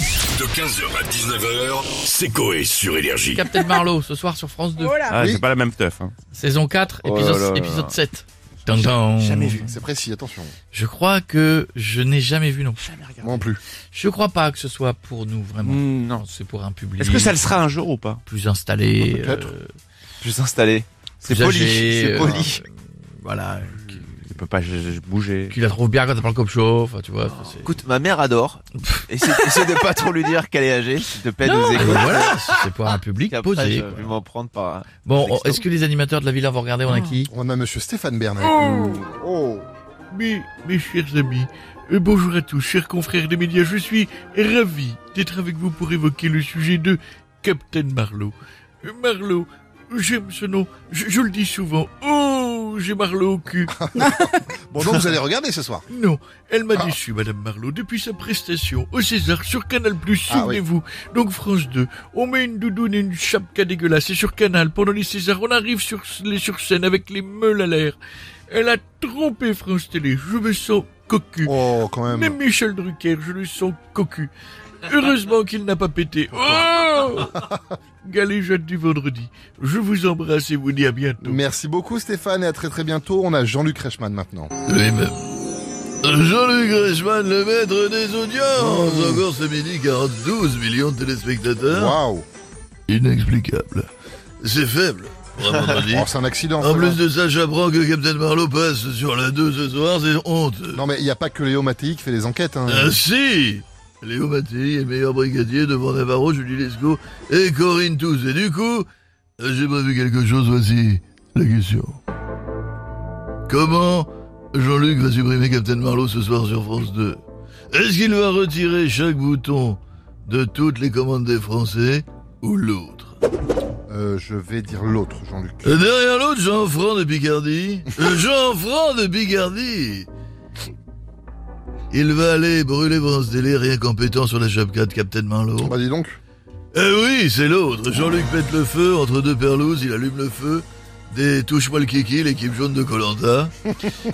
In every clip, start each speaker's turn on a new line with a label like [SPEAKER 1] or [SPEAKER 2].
[SPEAKER 1] De 15h à 19h, c'est Coé sur Énergie.
[SPEAKER 2] Captain Marlowe ce soir sur France 2.
[SPEAKER 3] Ah, c'est pas la même teuf. Hein.
[SPEAKER 2] Saison 4,
[SPEAKER 4] Oh
[SPEAKER 2] épisode, épisode 7. Dun, dun.
[SPEAKER 4] Jamais vu. C'est précis, attention.
[SPEAKER 2] Je crois que je n'ai jamais vu non.
[SPEAKER 4] Moi non plus.
[SPEAKER 2] Je crois pas que ce soit pour nous vraiment.
[SPEAKER 5] Hmm,
[SPEAKER 3] non.
[SPEAKER 2] C'est pour un public
[SPEAKER 3] Mm. Est-ce que ça le sera un jour ou pas
[SPEAKER 2] plus installé,
[SPEAKER 4] Peut-être.
[SPEAKER 2] euh,
[SPEAKER 3] Plus installé. C'est
[SPEAKER 2] plus
[SPEAKER 3] poli.
[SPEAKER 2] âgé,
[SPEAKER 3] C'est
[SPEAKER 2] euh,
[SPEAKER 3] poli.
[SPEAKER 2] voilà, qui,
[SPEAKER 3] Il peut pas je- je- bouger.
[SPEAKER 2] qui la trouve bien quand elle parle comme chaud, enfin, tu vois.
[SPEAKER 3] Oh,
[SPEAKER 2] enfin, c'est-
[SPEAKER 5] Écoute, ma mère adore. Essaie, essaie de pas trop lui dire qu'elle est âgée, s'il te plaît,
[SPEAKER 2] Non,
[SPEAKER 5] nous
[SPEAKER 2] mais
[SPEAKER 5] écoute.
[SPEAKER 2] Ah, voilà, c'est pour un public
[SPEAKER 5] Qu'après,
[SPEAKER 2] posé.
[SPEAKER 5] je
[SPEAKER 2] quoi.
[SPEAKER 5] vais m'en prendre par.
[SPEAKER 2] Bon,
[SPEAKER 5] texto.
[SPEAKER 2] est-ce que les animateurs de la villa vont regarder On a qui
[SPEAKER 4] On a monsieur Stéphane Bernet. Oh.
[SPEAKER 6] Mes, mes chers amis, euh, bonjour à tous, chers confrères des médias, je suis ravi d'être avec vous pour évoquer le sujet de Captain Marlowe. Euh, Marlowe, j'aime ce nom, je, je le dis souvent. Oh, j'ai Marlowe au cul.
[SPEAKER 4] Bon, donc vous allez regarder ce soir.
[SPEAKER 6] Non, elle m'a
[SPEAKER 4] Ah.
[SPEAKER 6] déçu, Madame Marlowe, depuis sa prestation au César sur Canal+,
[SPEAKER 4] Ah oui.
[SPEAKER 6] souvenez-vous. Donc France 2, on met une doudoune et une chapka dégueulasse et sur Canal, pendant les Césars, on arrive sur les sur scène avec les meules à l'air. Elle a trompé France Télé, je me sens cocu.
[SPEAKER 4] Oh, quand même.
[SPEAKER 6] Même Michel Drucker, je le sens cocu. Heureusement qu'il n'a pas pété. Oh Galéjade du vendredi. Je vous embrasse et vous dis à bientôt.
[SPEAKER 4] Merci beaucoup Stéphane et à très très bientôt. On a Jean-Luc Reichmann maintenant.
[SPEAKER 6] Oui, mais... Jean-Luc Reichmann, le maître des audiences, encore ce midi, 42 millions de téléspectateurs.
[SPEAKER 4] Waouh.
[SPEAKER 6] Inexplicable. C'est faible, pour un vendredi.
[SPEAKER 4] Oh, c'est un accident.
[SPEAKER 6] en
[SPEAKER 4] ça,
[SPEAKER 6] plus
[SPEAKER 4] là.
[SPEAKER 6] de ça, j'apprends que Captain Marlowe passe sur la 2 ce soir, c'est honteux.
[SPEAKER 4] Non mais il n'y a pas que Léo Mattei qui fait les enquêtes. Hein.
[SPEAKER 6] Ah si Léo Mattei est meilleur brigadier devant Navarro, Julie Lescaut et Corinne Tous. Et du coup, j'ai prévu quelque chose, voici la question. Comment Jean-Luc va supprimer Captain Marlowe ce soir sur France 2 Est-ce qu'il va retirer chaque bouton de toutes les commandes des Français ou l'autre
[SPEAKER 4] Euh, je vais dire l'autre, Jean-Luc.
[SPEAKER 6] Et Euh, Derrière l'autre, Jean-Franc de Picardie. Euh, Jean-Franc de Picardie Il va aller brûler France Télé rien qu'en pétant sur la chapka de Captain Marlowe.
[SPEAKER 4] Bah dis donc.
[SPEAKER 6] Eh oui, c'est l'autre. Jean-Luc pète le feu entre deux perlouses, il allume le feu. Des touche-moi le kiki, l'équipe jaune de Colanta.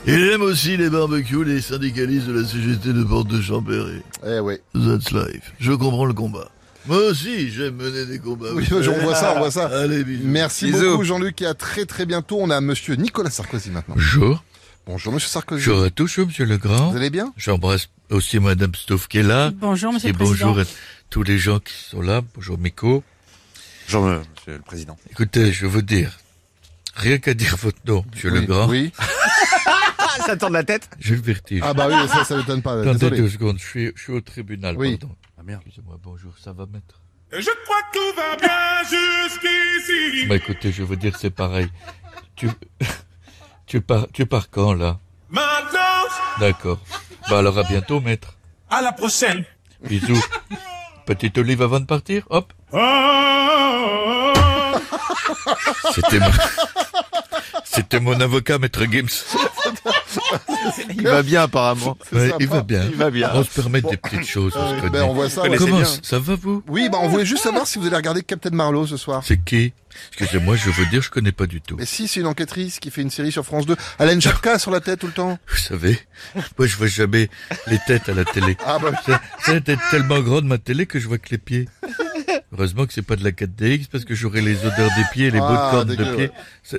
[SPEAKER 6] Il aime aussi les barbecues, les syndicalistes de la CGT de Porte de Champéry.
[SPEAKER 4] Eh ouais.
[SPEAKER 6] That's life. Je comprends le combat. Moi aussi, j'aime mener des combats.
[SPEAKER 4] Oui, on voit ça, on voit ça.
[SPEAKER 6] Allez, bisous.
[SPEAKER 4] Merci
[SPEAKER 5] Bisous.
[SPEAKER 4] beaucoup Jean-Luc et à très très bientôt. On a monsieur Nicolas Sarkozy maintenant.
[SPEAKER 6] Bonjour.
[SPEAKER 4] Bonjour monsieur Sarkozy.
[SPEAKER 6] Bonjour à tous, monsieur Legrand.
[SPEAKER 4] Vous allez bien
[SPEAKER 6] J'embrasse aussi Madame Stouff qui est là.
[SPEAKER 7] Bonjour, monsieur
[SPEAKER 6] Ah. et
[SPEAKER 7] le Président.
[SPEAKER 6] bonjour à tous les gens qui sont là. Bonjour Miko.
[SPEAKER 3] Jean, euh, monsieur le président.
[SPEAKER 6] Écoutez, je veux dire, rien qu'à dire votre nom, Monsieur
[SPEAKER 4] oui.
[SPEAKER 6] Legrand,
[SPEAKER 4] Oui.
[SPEAKER 3] Ah, ça tourne la tête
[SPEAKER 6] j'ai le vertige.
[SPEAKER 4] Ah bah oui, ça ça m'étonne pas.
[SPEAKER 6] Attendez
[SPEAKER 4] Désolé.
[SPEAKER 6] deux secondes, je suis, je suis au tribunal,
[SPEAKER 4] Oui.
[SPEAKER 6] pardon.
[SPEAKER 3] Ah merde.
[SPEAKER 6] Excusez-moi, bonjour, ça va maître
[SPEAKER 8] Je crois que tout va bien jusqu'ici.
[SPEAKER 6] Bah écoutez, je veux dire, c'est pareil. Tu, tu pars, tu pars quand, là
[SPEAKER 8] Maintenant,
[SPEAKER 6] D'accord. Bah alors à bientôt, maître.
[SPEAKER 8] à la prochaine.
[SPEAKER 6] Bisous. Petite olive avant de partir, hop.
[SPEAKER 8] Oh.
[SPEAKER 6] C'était mon... C'était mon avocat, maître Gims.
[SPEAKER 5] Il va bien, apparemment.
[SPEAKER 4] C'est
[SPEAKER 6] Ouais,
[SPEAKER 4] sympa.
[SPEAKER 6] il va bien.
[SPEAKER 5] Il va bien.
[SPEAKER 6] On se permet des petites choses, on se
[SPEAKER 4] Euh,
[SPEAKER 6] connaît.
[SPEAKER 4] ben, on voit ça. ouais.
[SPEAKER 5] connaissez
[SPEAKER 6] Comment
[SPEAKER 5] bien.
[SPEAKER 6] ça ça va vous
[SPEAKER 4] Oui, bah on voulait juste savoir si vous allez regarder Captain Marlowe ce soir.
[SPEAKER 6] C'est qui Excusez-moi, je veux dire, je connais pas du tout.
[SPEAKER 4] Mais si, c'est une enquêtrice qui fait une série sur France 2. Elle a une chapka sur la tête tout le temps.
[SPEAKER 6] Vous savez, moi je vois jamais les têtes à la télé.
[SPEAKER 4] Ah bah,
[SPEAKER 6] C'est- C'est est tellement grande ma télé que je vois que les pieds. Heureusement que c'est pas de la 4DX parce que j'aurais les odeurs des pieds, et les
[SPEAKER 4] Ah,
[SPEAKER 6] bouts de cornes de
[SPEAKER 4] dégueu,
[SPEAKER 6] pieds.
[SPEAKER 4] ouais.
[SPEAKER 6] Ça-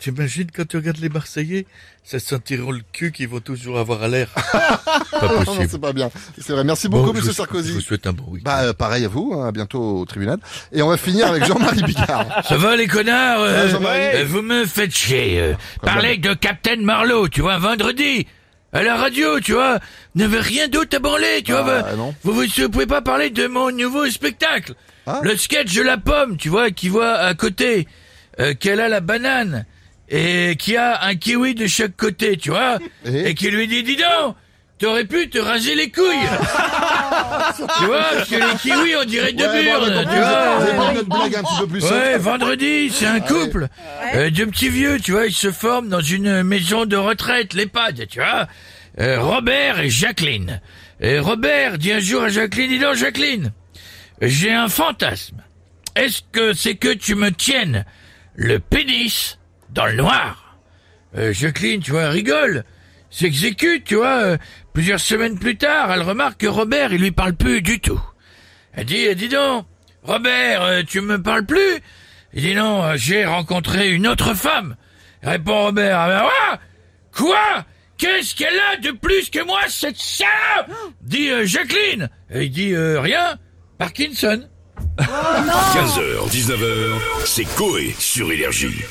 [SPEAKER 6] T'imagines quand tu regardes les Marseillais, ça sentiront le cul qu'ils vont toujours avoir à l'air. Pas
[SPEAKER 4] non, non, c'est
[SPEAKER 6] possible.
[SPEAKER 4] pas bien. C'est vrai. Merci beaucoup,
[SPEAKER 6] Bon, je
[SPEAKER 4] monsieur
[SPEAKER 6] vous- Je vous
[SPEAKER 4] Sarkozy.
[SPEAKER 6] souhaite un bon week-end.
[SPEAKER 4] Bah, euh, pareil à vous, hein, à bientôt au tribunal. Et on va finir avec Jean-Marie Bigard.
[SPEAKER 2] Ça va les connards euh,
[SPEAKER 4] Ah, Jean-Marie.
[SPEAKER 2] euh, Vous me faites chier. euh. parlez de Captain Marlowe, tu vois, vendredi à la radio, tu vois, n'avait rien d'autre à branler, tu vois.
[SPEAKER 4] Ah, non.
[SPEAKER 2] Vous vous vous pouvez pas parler de mon nouveau spectacle.
[SPEAKER 4] Ah.
[SPEAKER 2] Le sketch de la pomme, tu vois, qui voit à côté euh, qu'elle a la banane et qui a un kiwi de chaque côté, tu vois,
[SPEAKER 4] Et
[SPEAKER 2] et, qui lui dit dis donc, t'aurais pu te raser les couilles. tu vois, parce que les kiwis on dirait deux
[SPEAKER 4] Ouais, bon, on a
[SPEAKER 2] burnes, tu vois.
[SPEAKER 4] compris, vous avez pris notre blague un petit peu plus
[SPEAKER 2] Ouais,
[SPEAKER 4] soft.
[SPEAKER 2] vendredi, c'est un couple euh, de petits vieux, tu vois, ils se forment dans une maison de retraite, l'EHPAD, tu vois. Euh, Robert et Jacqueline. Et Robert dit un jour à Jacqueline, dis donc Jacqueline, j'ai un fantasme. Est-ce que c'est que tu me tiennes le pénis dans le noir euh, Jacqueline, tu vois, rigole, s'exécute, tu vois. euh, plusieurs semaines plus tard, elle remarque que Robert, il lui parle plus du tout. Elle dit, eh, dis donc, Robert, euh, tu me parles plus Il dit non, euh, j'ai rencontré une autre femme. Répond Robert, ah ben, ouais, quoi Qu'est-ce qu'elle a de plus que moi, cette salope Dit euh, Jacqueline. Et il dit, euh, rien, Parkinson.
[SPEAKER 1] 15h, 19h, c'est Coé sur Énergie.